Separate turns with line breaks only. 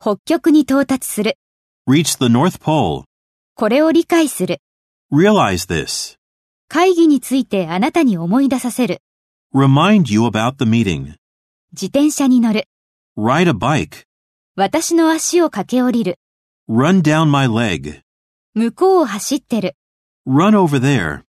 北極に到達する。
Reach the North Pole.
これを理解する。
Realize this.
会議についてあなたに思い出させる。
Remind you about the meeting.
自転車に乗る。
Ride a bike.
私の足を駆け下りる。
Run down my leg.
向こうを走ってる。
Run over there.